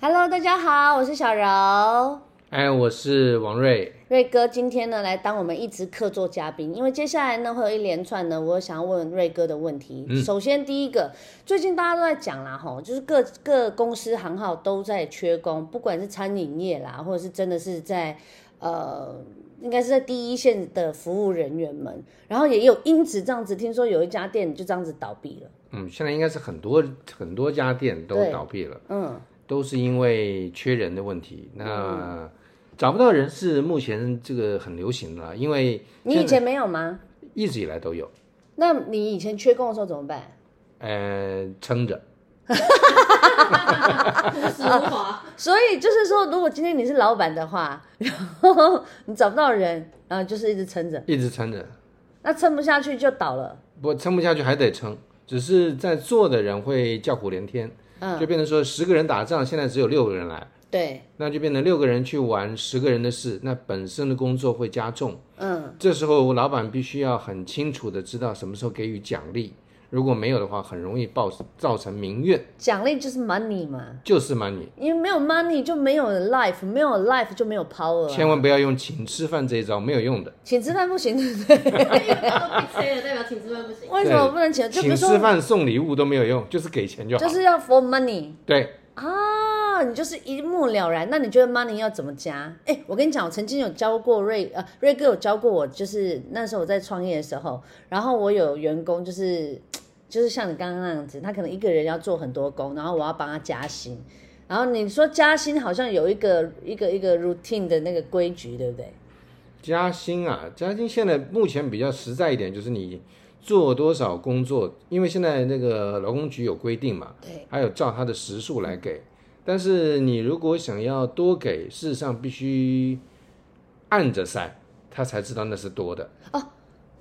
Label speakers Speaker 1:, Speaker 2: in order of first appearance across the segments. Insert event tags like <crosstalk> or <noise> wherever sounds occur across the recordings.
Speaker 1: Hello，大家好，我是小柔。
Speaker 2: 哎，我是王瑞。
Speaker 1: 瑞哥今天呢来当我们一直客座嘉宾，因为接下来呢会有一连串呢我想要问瑞哥的问题。首先第一个，最近大家都在讲啦，吼，就是各各公司行号都在缺工，不管是餐饮业啦，或者是真的是在呃。应该是在第一线的服务人员们，然后也有因此这样子，听说有一家店就这样子倒闭了。
Speaker 2: 嗯，现在应该是很多很多家店都
Speaker 1: 对
Speaker 2: 倒闭了，
Speaker 1: 嗯，
Speaker 2: 都是因为缺人的问题。那、
Speaker 1: 嗯
Speaker 2: 找不到人是目前这个很流行的啦，因为
Speaker 1: 你以前没有吗？
Speaker 2: 一直以来都有，
Speaker 1: 那你以前缺工的时候怎么办？
Speaker 2: 呃，撑着。
Speaker 3: 朴实无华，
Speaker 1: 所以就是说，如果今天你是老板的话， <laughs> 然后你找不到人，然后就是一直撑着，
Speaker 2: 一直撑着，
Speaker 1: 那撑不下去就倒了。
Speaker 2: 不撑不下去还得撑，只是在座的人会叫苦连天，
Speaker 1: 嗯
Speaker 2: 就变成说十个人打仗，现在只有六个人来，
Speaker 1: 对，
Speaker 2: 那就变成六个人去玩十个人的事，那本身的工作会加重。
Speaker 1: 嗯，
Speaker 2: 这时候老板必须要很清楚的知道什么时候给予奖励，如果没有的话，很容易爆造成民怨，
Speaker 1: 奖励就是 money 嘛，
Speaker 2: 就是嘛你。
Speaker 1: 因为没有 money 就没有 life，没有 life 就没有 power
Speaker 2: 千
Speaker 1: 啊、
Speaker 2: 万不要用请吃饭这一招，没有用的。
Speaker 1: 请吃饭不行， <laughs> 对不对？
Speaker 3: 因为都被催了，代表请吃饭不行。
Speaker 1: 为什么不能请？呃就比
Speaker 2: 请
Speaker 1: 如
Speaker 2: 吃
Speaker 1: 说，
Speaker 2: 饭送礼物都没有用，就是给钱就好。
Speaker 1: 就是要 for money
Speaker 2: 对，
Speaker 1: 啊，你就是一目了然。那你觉得 money 要怎么加？哎，我跟你讲，我曾经有教过瑞呃瑞哥有教过我，就是那时候我在创业的时候，然后我有员工就是。就是像你刚刚那样子，他可能一个人要做很多工，然后我要帮他加薪，然后你说加薪好像有一个一个一个 routine 的那个规矩，对不对？
Speaker 2: 加薪啊，加薪现在目前比较实在一点，就是你做多少工作，因为现在那个劳工局有规定嘛，
Speaker 1: 对，
Speaker 2: 还有照他的时数来给。但是你如果想要多给，事实上必须按着塞，他才知道那是多的。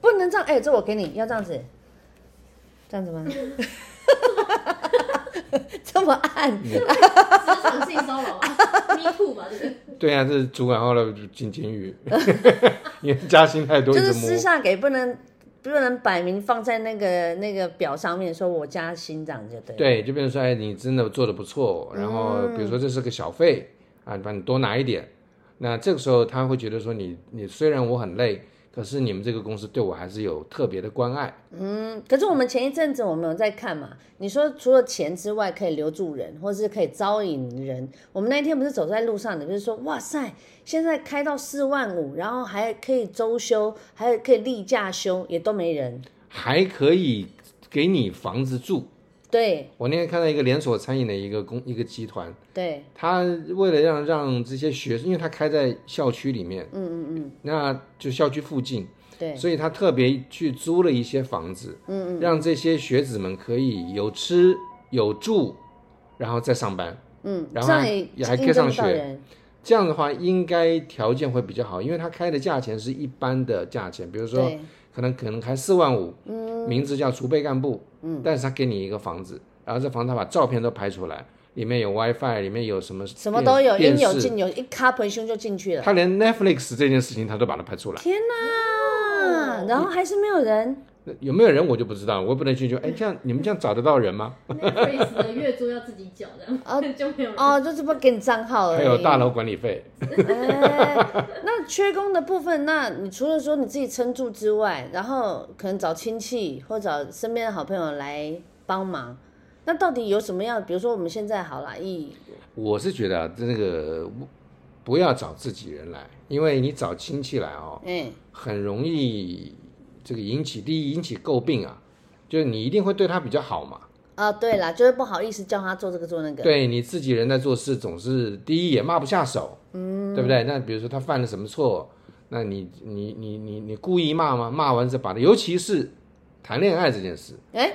Speaker 1: 不能这样，哎、这我给你，要这样子，这样子吗？ <laughs> 这么暗，
Speaker 3: 职场性骚扰啊，me too 吧，这个。
Speaker 2: 对啊，这是主管后来就进监狱， <laughs> 因为加薪太多，
Speaker 1: 就
Speaker 2: 一
Speaker 1: 是
Speaker 2: 直
Speaker 1: 私
Speaker 2: 摸。
Speaker 1: 下给，不能不能摆明放在那个那个表上面，说我加薪这样就对了。
Speaker 2: 对，就变成说，哎，你真的做的不错。然后
Speaker 1: 嗯
Speaker 2: 比如说这是个小费啊，你把你多拿一点。那这个时候他会觉得说你，你虽然我很累，可是你们这个公司对我还是有特别的关爱。
Speaker 1: 嗯，可是我们前一阵子我们有在看嘛，你说除了钱之外，可以留住人，或是可以招引人。我们那天不是走在路上，你不是说哇塞，现在开到四万五，然后还可以周休，还可以例假休，也都没人。
Speaker 2: 还可以给你房子住。
Speaker 1: 对
Speaker 2: 我那天看到一个连锁餐饮的一个公一个集团，
Speaker 1: 对，
Speaker 2: 他为了让让这些学生，因为他开在校区里面，嗯嗯嗯，那就校区附近，
Speaker 1: 对
Speaker 2: 所以他特别去租了一些房子，嗯嗯，让这些学子们可以有吃有住，然后再上班，
Speaker 1: 嗯，
Speaker 2: 然后
Speaker 1: 这样
Speaker 2: 还
Speaker 1: 也
Speaker 2: 也还
Speaker 1: 应
Speaker 2: 可以上
Speaker 1: 征不到
Speaker 2: 学
Speaker 1: 人。
Speaker 2: 这样的话应该条件会比较好，因为他开的价钱是一般的价钱，比如说
Speaker 1: 对
Speaker 2: 可能可能开四万五，嗯，名字叫储备干部，嗯，但是他给你一个房子，然后这房子他把照片都拍出来，里面有 WiFi，里面有什么
Speaker 1: 什么都有，
Speaker 2: 电
Speaker 1: 应有
Speaker 2: 电视
Speaker 1: 尽有，一卡盆胸就进去了。
Speaker 2: 他连 Netflix 这件事情他都把它拍出来，
Speaker 1: 天哪！然后还是没有人，
Speaker 2: 那有没有人我就不知道，我也不能去就
Speaker 1: 嗯
Speaker 2: 哎这样你们这样找得到人吗？
Speaker 3: Netflix 的月租要自己缴，这样、
Speaker 1: 哦
Speaker 3: <laughs> 就没有人。
Speaker 1: 哦，就是不给你账号而
Speaker 2: 还
Speaker 1: 已。
Speaker 2: 有大楼管理费，
Speaker 1: 哎 <laughs> 那缺工的部分，那你除了说你自己撑住之外，然后可能找亲戚或找身边的好朋友来帮忙，那到底有什么样？比如说我们现在好了，以
Speaker 2: 我是觉得啊，这个不要找自己人来，因为你找亲戚来哦，
Speaker 1: 哎
Speaker 2: 很容易这个引起第一引起诟病啊，就是你一定会对他比较好嘛。
Speaker 1: 啊，对啦，就是不好意思叫他做这个做那个。
Speaker 2: 对你自己人在做事，总是第一也骂不下手，嗯，对不对？那比如说他犯了什么错，那你你你你你故意骂吗？骂完再把他，尤其是谈恋爱这件事
Speaker 1: 哎，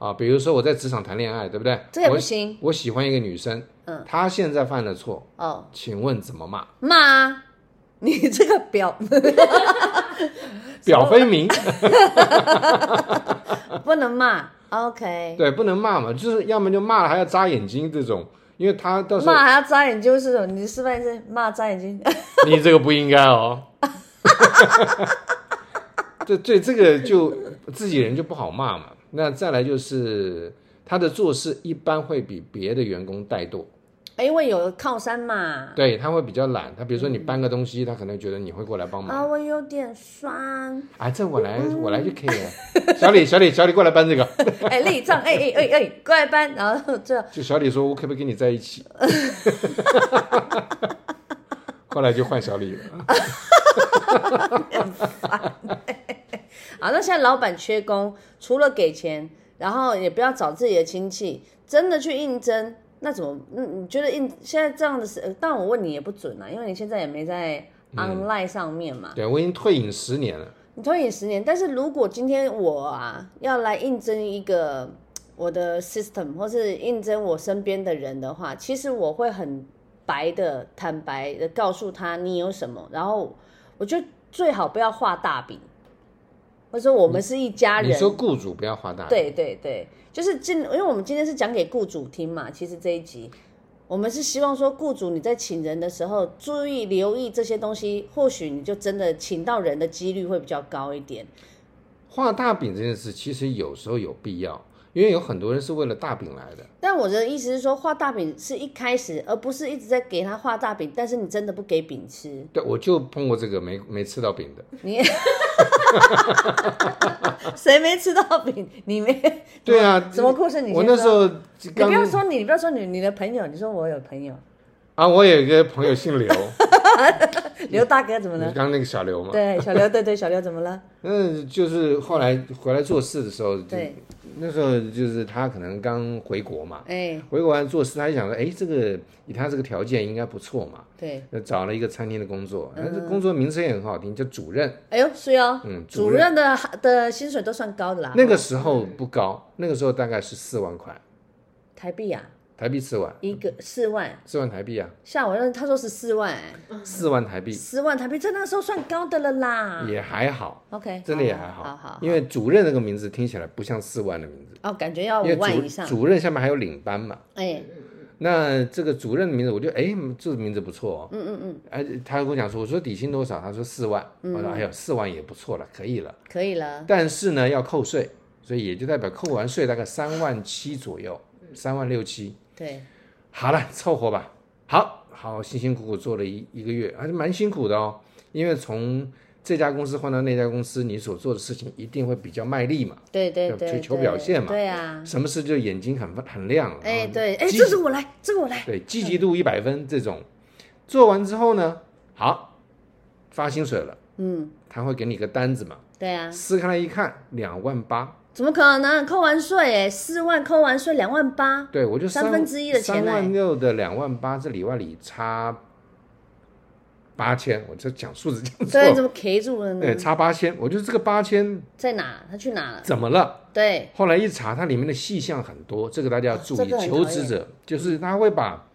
Speaker 2: 啊，比如说我在职场谈恋爱，对不对？
Speaker 1: 这也不
Speaker 2: 我
Speaker 1: 行
Speaker 2: 我喜欢一个女生，嗯，她现在犯了错，
Speaker 1: 哦，
Speaker 2: 请问怎么骂？
Speaker 1: 骂啊，你这个表 <laughs>
Speaker 2: 表非明，
Speaker 1: 不能骂，OK。
Speaker 2: 对，不能骂嘛，就是要么就骂了还要眨眼睛这种，因为他到时候
Speaker 1: 骂还要眨眼睛是什么？你示范一次，骂眨眼睛。
Speaker 2: <laughs> 你这个不应该哦。 <laughs> 对对，这个就自己人就不好骂嘛。那再来就是他的做事一般会比别的员工怠惰，
Speaker 1: 哎因为有靠山嘛。
Speaker 2: 对，他会比较懒，他比如说你搬个东西，他可能觉得你会过来帮
Speaker 1: 啊，
Speaker 2: 忙。
Speaker 1: 我有点酸。
Speaker 2: 啊，这我来，我来就可以了。小李，小李，小李过来搬这个。
Speaker 1: 哎，立正， <laughs> 哎哎哎哎，过来搬。然后这
Speaker 2: 就小李说，我可不可以跟你在一起？ <laughs> 后来就换小李了。
Speaker 1: 啊，那现在老板缺工，除了给钱，然后也不要找自己的亲戚，真的去应征，那怎么？嗯，你觉得应现在这样的事？呃但我问你也不准啊，因为你现在也没在 online 上面嘛。
Speaker 2: 对，我已经退隐十年了。
Speaker 1: 你拖延十年，但是如果今天我啊要来应征一个我的 system，或是应征我身边的人的话，其实我会很白的、坦白的告诉他你有什么，然后我就最好不要画大饼，或者说我们是一家人。
Speaker 2: 你说雇主不要画大饼。
Speaker 1: 对对对，就是今，因为我们今天是讲给雇主听嘛，其实这一集我们是希望说，雇主你在请人的时候，注意留意这些东西，或许你就真的请到人的几率会比较高一点。
Speaker 2: 画大饼这件事，其实有时候有必要，因为有很多人是为了大饼来的。
Speaker 1: 但我的意思是说，画大饼是一开始，而不是一直在给他画大饼，但是你真的不给饼 <laughs> 吃，
Speaker 2: 对，我就碰过这个没没吃到饼的。
Speaker 1: 你谁没吃到饼？你没？ <laughs>
Speaker 2: 对啊，
Speaker 1: 什么故事？你
Speaker 2: 我
Speaker 1: 先
Speaker 2: 那
Speaker 1: 说
Speaker 2: 时候
Speaker 1: 你不要
Speaker 2: 刚
Speaker 1: 说你，你不要说你，你的朋友，你说我有朋友，
Speaker 2: 啊，我有一个朋友
Speaker 1: <laughs>
Speaker 2: 姓刘，
Speaker 1: 刘大哥怎么
Speaker 2: 你
Speaker 1: 了
Speaker 2: 刚？刚那个小刘嘛，
Speaker 1: 对，小刘，对对，小刘怎么了？
Speaker 2: 嗯，就是后来回来做事的时候，就
Speaker 1: <laughs> 对，
Speaker 2: 那时候就是他可能刚回国嘛，
Speaker 1: 哎，
Speaker 2: 回国完做事，他就想说，哎，这个以他这个条件应该不错嘛，
Speaker 1: 对，
Speaker 2: 就找了一个餐厅的工作，那
Speaker 1: 嗯
Speaker 2: 这工作名声也很好听，叫主任。
Speaker 1: 哎呦，是哦，
Speaker 2: 嗯
Speaker 1: 主
Speaker 2: 主
Speaker 1: 任的的薪水都算高的啦，
Speaker 2: 那个时候不高，那个时候大概是四万块
Speaker 1: 台币啊，
Speaker 2: 台币，四万，
Speaker 1: 一个四万，
Speaker 2: 四万台币啊，
Speaker 1: 吓我！那他说是四万、哎
Speaker 2: 四万台币
Speaker 1: 四万台币，在那个时候算高的了啦。
Speaker 2: 也还好。
Speaker 1: OK，
Speaker 2: 真的也还
Speaker 1: 好，嗯哎好好，
Speaker 2: 因为主任那个名字听起来不像四万的名字，
Speaker 1: 哦，感觉要
Speaker 2: 因为
Speaker 1: 五万以
Speaker 2: 主
Speaker 1: 上，
Speaker 2: 主任下面还有领班嘛。
Speaker 1: 哎，
Speaker 2: 那这个主任的名字，我就哎，这个名字不错哦。嗯嗯嗯。哎，他跟我讲说，我说底薪多少？他说四万。
Speaker 1: 嗯
Speaker 2: 我说哎呦，四万也不错了，可以了。
Speaker 1: 可以了，
Speaker 2: 但是呢，要扣税，所以也就代表扣完税大概三万七左右，三万六七。
Speaker 1: 对，
Speaker 2: 好了，凑合吧。好好辛辛苦苦做了一一个月，还是蛮辛苦的哦。因为从这家公司换到那家公司，你所做的事情一定会比较卖力嘛。
Speaker 1: 对对
Speaker 2: 要
Speaker 1: 对，
Speaker 2: 追求
Speaker 1: 对
Speaker 2: 表现嘛
Speaker 1: 对啊，
Speaker 2: 什么事就眼睛很很亮，然后
Speaker 1: 哎对，哎，
Speaker 2: 积
Speaker 1: 这个我来，这个我来，
Speaker 2: 对积极度一百分这种。做完之后呢，好发薪水了，
Speaker 1: 嗯，
Speaker 2: 他会给你个单子嘛，
Speaker 1: 对啊，
Speaker 2: 撕开来一看，两万八，
Speaker 1: 怎么可能？扣完税，哎，四万扣完税两万八，
Speaker 2: 对我就
Speaker 1: 三分之一的钱哎
Speaker 2: 三
Speaker 1: 呢
Speaker 2: 万六的两万八，这里外里差八千，我这讲数字讲错哎
Speaker 1: 对，
Speaker 2: 了，
Speaker 1: 怎么 K 住了
Speaker 2: 对，
Speaker 1: 呢？
Speaker 2: 差呃八千，我就这个八千
Speaker 1: 在哪？他去哪了？
Speaker 2: 怎么了？
Speaker 1: 对，
Speaker 2: 后来一查，它里面的细项很多，这个大家要注
Speaker 1: 啊这
Speaker 2: 意。
Speaker 1: 个很讨
Speaker 2: 求
Speaker 1: 厌
Speaker 2: 职者就是他会把，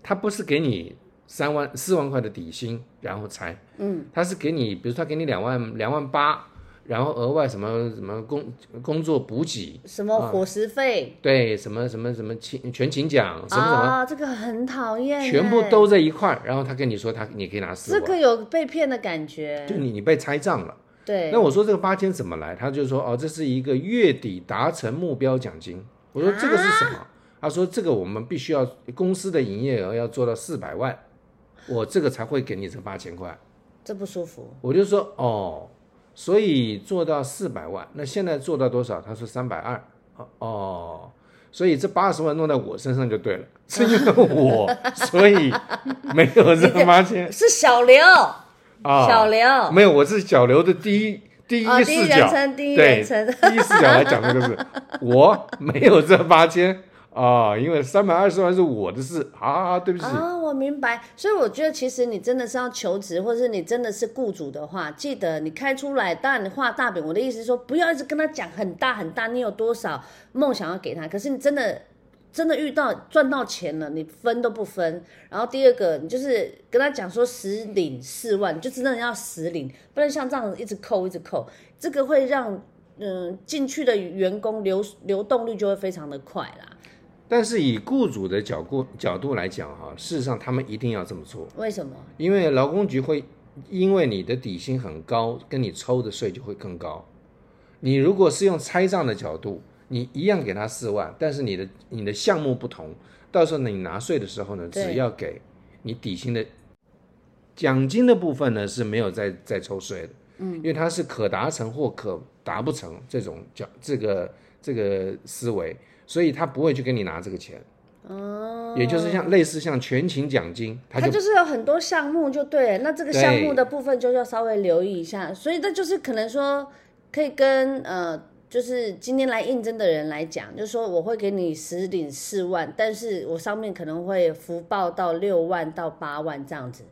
Speaker 2: 他不是给你三万四万块的底薪，然后才，嗯，他是给你，比如说他给你两万两万八，然后额外什么什么工工作补给，
Speaker 1: 什么伙食费
Speaker 2: 对，什么什么什么请全勤奖，什么什么，
Speaker 1: 啊，这个很讨厌欸，
Speaker 2: 全部都在一块儿，然后他跟你说他你可以拿四
Speaker 1: 这
Speaker 2: 万，
Speaker 1: 个有被骗的感觉
Speaker 2: 就。你你被拆账了。
Speaker 1: 对
Speaker 2: 那，我说这个八千怎么来？他就说哦，这是一个月底达成目标奖金。我说这个是什么？他说这个我们必须要公司的营业额要做到四百万，我这个才会给你这八千块。
Speaker 1: 这不舒服。
Speaker 2: 我就说哦，所以做到四百万，那现在做到多少？他说三百二。哦，所以这八十万弄在我身上就对了，是因为我，所以没有这八千
Speaker 1: 是小刘，
Speaker 2: 啊。
Speaker 1: 小刘，哦，
Speaker 2: 没有，我是小刘的第一第一视角，
Speaker 1: 第一人称，第一
Speaker 2: 对
Speaker 1: 人，称，
Speaker 2: 第一视角来讲这个事， <laughs> 我没有这八千啊，因为三百二十万是我的事啊，对不起，
Speaker 1: 啊，我明白。所以我觉得，其实你真的是要求职，或是你真的是雇主的话，记得你开出来，当然你画大饼。我的意思是说，不要一直跟他讲很大很大，你有多少梦想要给他。可是你真的真的遇到赚到钱了，你分都不分。然后第二个，你就是跟他讲说实领四万，你就真的要实领，不能像这样子一直扣一直扣，这个会让。嗯，进去的员工流流动率就会非常的快啦。
Speaker 2: 但是以雇主的角度角度来讲哈、事实上他们一定要这么做，
Speaker 1: 为什么？
Speaker 2: 因为劳工局会因为你的底薪很高，跟你抽的税就会更高。你如果是用拆账的角度，你一样给他四万，但是你的你的项目不同，到时候你拿税的时候呢，
Speaker 1: 对
Speaker 2: 只要给你底薪的奖金的部分呢是没有再再抽税的，嗯，因为它是可达成或可达不成这种奖这个这个思维，所以他不会去跟你拿这个钱，哦，也就是像类似像全勤奖金，他
Speaker 1: 它
Speaker 2: 就
Speaker 1: 就是有很多项目就对了，那这个
Speaker 2: 对
Speaker 1: 项目的部分就要稍微留意一下，所以这就是可能说可以跟呃，就是今天来应征的人来讲，就是说我会给你实领四万，但是我上面可能会福报到六万到八万这样子。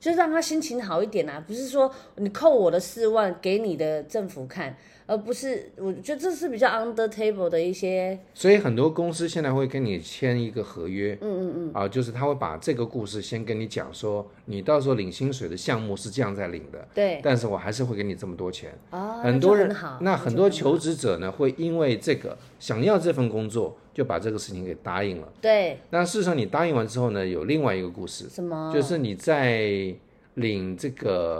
Speaker 1: 就让他心情好一点啊，不是说你扣我的四万给你的政府看，而不是我觉得这是比较 under table 的一些
Speaker 2: 所以很多公司现在会跟你签一个合约，嗯嗯嗯，啊，就是他会把这个故事先跟你讲说，你到时候领薪水的项目是这样在领的，
Speaker 1: 对
Speaker 2: 但是我还是会给你这么多钱。
Speaker 1: 啊，
Speaker 2: 很多人
Speaker 1: 那就好，
Speaker 2: 那
Speaker 1: 就
Speaker 2: 很多
Speaker 1: 好
Speaker 2: 求职者呢，会因为这个想要这份工作，就把这个事情给答应了。
Speaker 1: 对
Speaker 2: 那事实上，你答应完之后呢，有另外一个故事，
Speaker 1: 什么
Speaker 2: 就是你在领这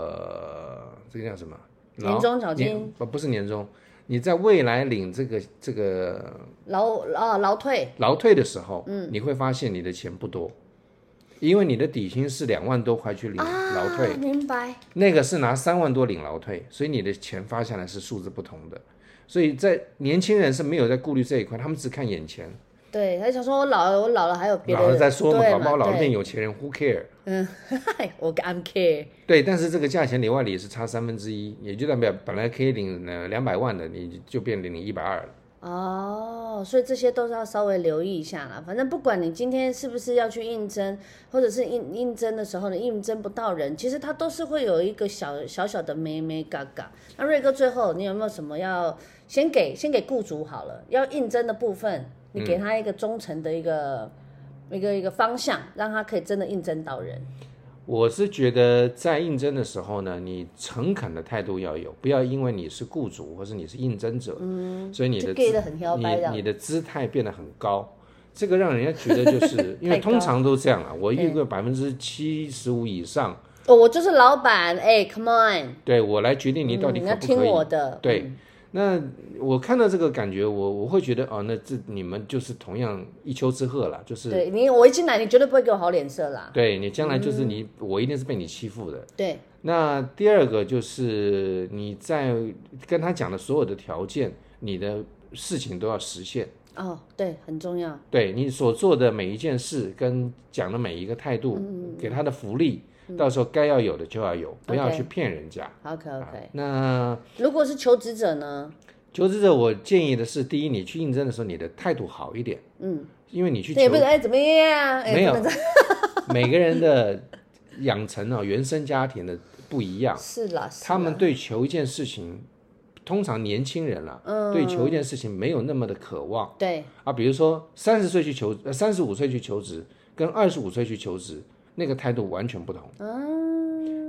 Speaker 2: 个这个叫什么？劳
Speaker 1: 年终奖金
Speaker 2: 年不不是年终，你在未来领这个这个
Speaker 1: 劳啊劳退。
Speaker 2: 劳退的时候，嗯，你会发现你的钱不多，因为你的底薪是两万多块去领劳退，
Speaker 1: 啊、明白。
Speaker 2: 那个是拿三万多领劳退，所以你的钱发下来是数字不同的。所以在年轻人是没有在顾虑这一块，他们只看眼前，
Speaker 1: 对，他想说我老了，我老了还有别的
Speaker 2: 老了再说嘛，
Speaker 1: 对
Speaker 2: 搞不好老了变
Speaker 1: 对
Speaker 2: 有钱人，Who care？
Speaker 1: 嗨 <laughs> 我跟 I'm care，
Speaker 2: 对，但是这个价钱里外里是差三分之一，也就代表本来可以领呃两百万的，你就变领一百二了。
Speaker 1: 哦，所以这些都是要稍微留意一下啦。反正不管你今天是不是要去应征，或者是应应征的时候呢，应征不到人，其实他都是会有一个小小小的咩咩嘎嘎。那瑞哥最后你有没有什么要先给先给雇主好了，要应征的部分，你
Speaker 2: 嗯
Speaker 1: 给他一个忠诚的一个、一个一个方向，让他可以真的应征到人。
Speaker 2: 我是觉得在应征的时候呢，你诚恳的态度要有，不要因为你是雇主或是你是应征者，嗯，所以你
Speaker 1: 就
Speaker 2: 的
Speaker 1: 给
Speaker 2: 姿
Speaker 1: 得很挑白这样
Speaker 2: 你你的姿态变得很高，这个让人家觉得就是
Speaker 1: <laughs>
Speaker 2: 因为
Speaker 1: 太高
Speaker 2: 通常都这样啊，我遇过百分之七十五以上，
Speaker 1: 哦，我就是老板，哎、c o m e on，
Speaker 2: 对我来决定你到底
Speaker 1: 嗯
Speaker 2: 可
Speaker 1: 要
Speaker 2: 不
Speaker 1: 听
Speaker 2: 可以，
Speaker 1: 我的，嗯
Speaker 2: 对。那我看到这个感觉，我我会觉得哦，那这你们就是同样一丘之貉了，就是
Speaker 1: 对你，我一进来，你绝对不会给我好脸色啦。
Speaker 2: 对你将来就是
Speaker 1: 嗯
Speaker 2: 你，我一定是被你欺负的。
Speaker 1: 对，
Speaker 2: 那第二个就是你在跟他讲的所有的条件，你的事情都要实现。
Speaker 1: 哦，对，很重要。
Speaker 2: 对你所做的每一件事跟讲的每一个态度，
Speaker 1: 嗯
Speaker 2: 给他的福利，到时候该要有的就要有，不要
Speaker 1: OK
Speaker 2: 去骗人家。
Speaker 1: OK
Speaker 2: 啊
Speaker 1: 嗯 OK，、
Speaker 2: 那
Speaker 1: 如果是求职者呢？
Speaker 2: 求职者，我建议的是，第一，你去应征的时候，你的态度好一点。嗯，因为你去
Speaker 1: 这也
Speaker 2: 求
Speaker 1: 不是哎怎么样，哎
Speaker 2: 没有
Speaker 1: 不能这样
Speaker 2: 每个人的养成啊、原生家庭的不一样。
Speaker 1: 是啦，是啦啊
Speaker 2: 他们对求一件事情，通常年轻人啦、
Speaker 1: 嗯
Speaker 2: 对求一件事情没有那么的渴望
Speaker 1: 对
Speaker 2: 啊。比如说三十岁去求，呃三十五岁去求职，跟二十五岁去求职，那个态度完全不同。
Speaker 1: 啊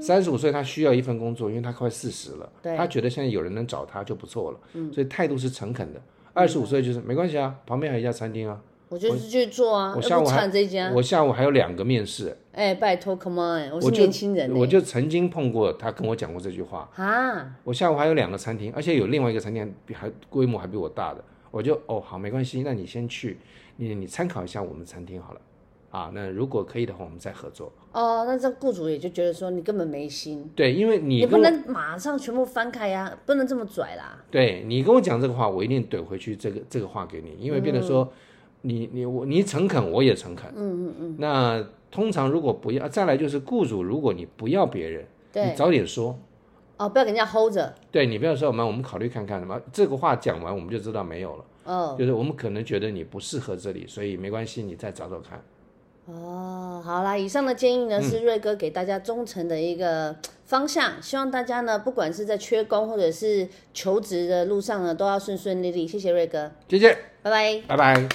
Speaker 2: 三十五岁他需要一份工作，因为他快四十了，
Speaker 1: 对嗯
Speaker 2: 他觉得现在有人能找他就不错了，所以态度是诚恳的。二十五岁就是没关系啊，旁边还有一家餐厅啊，
Speaker 1: 我就是去做啊，
Speaker 2: 我
Speaker 1: 又
Speaker 2: 下午
Speaker 1: 不
Speaker 2: 还
Speaker 1: 抢这一家。
Speaker 2: 我下午还有两个面试，
Speaker 1: 哎，拜托，Come on，我是
Speaker 2: 我就
Speaker 1: 年轻人、欸，
Speaker 2: 我就曾经碰过他跟我讲过这句话，
Speaker 1: 啊，
Speaker 2: 我下午还有两个餐厅，而且有另外一个餐厅比还规模还比我大的，我就哦好没关系，那你先去，你你参考一下我们餐厅好了，啊，那如果可以的话，我们再合作。
Speaker 1: 哦，那这雇主也就觉得说你根本没心，
Speaker 2: 对，因为你
Speaker 1: 也不
Speaker 2: 跟我
Speaker 1: 能马上全部翻开呀、不能这么拽啦。
Speaker 2: 对你跟我讲这个话，我一定怼回去这个这个话给你，因为变得说、
Speaker 1: 嗯
Speaker 2: 你你我你诚恳，我也诚恳。嗯嗯嗯。那通常如果不要，再来就是雇主，如果你不要别人，你
Speaker 1: 对，
Speaker 2: 早点说。
Speaker 1: 哦，不要给人家 hold 着，
Speaker 2: 对你不要说我们我们考虑看看什么，这个话讲完我们就知道没有了。
Speaker 1: 哦，
Speaker 2: 就是我们可能觉得你不适合这里，所以没关系，你再找找看。
Speaker 1: 哦，好啦，以上的建议呢是瑞哥给大家忠诚的一个方向，希望大家呢不管是在缺工或者是求职的路上呢，都要顺顺利利。谢谢瑞哥，
Speaker 2: 谢谢，
Speaker 1: 拜拜。
Speaker 2: 拜拜。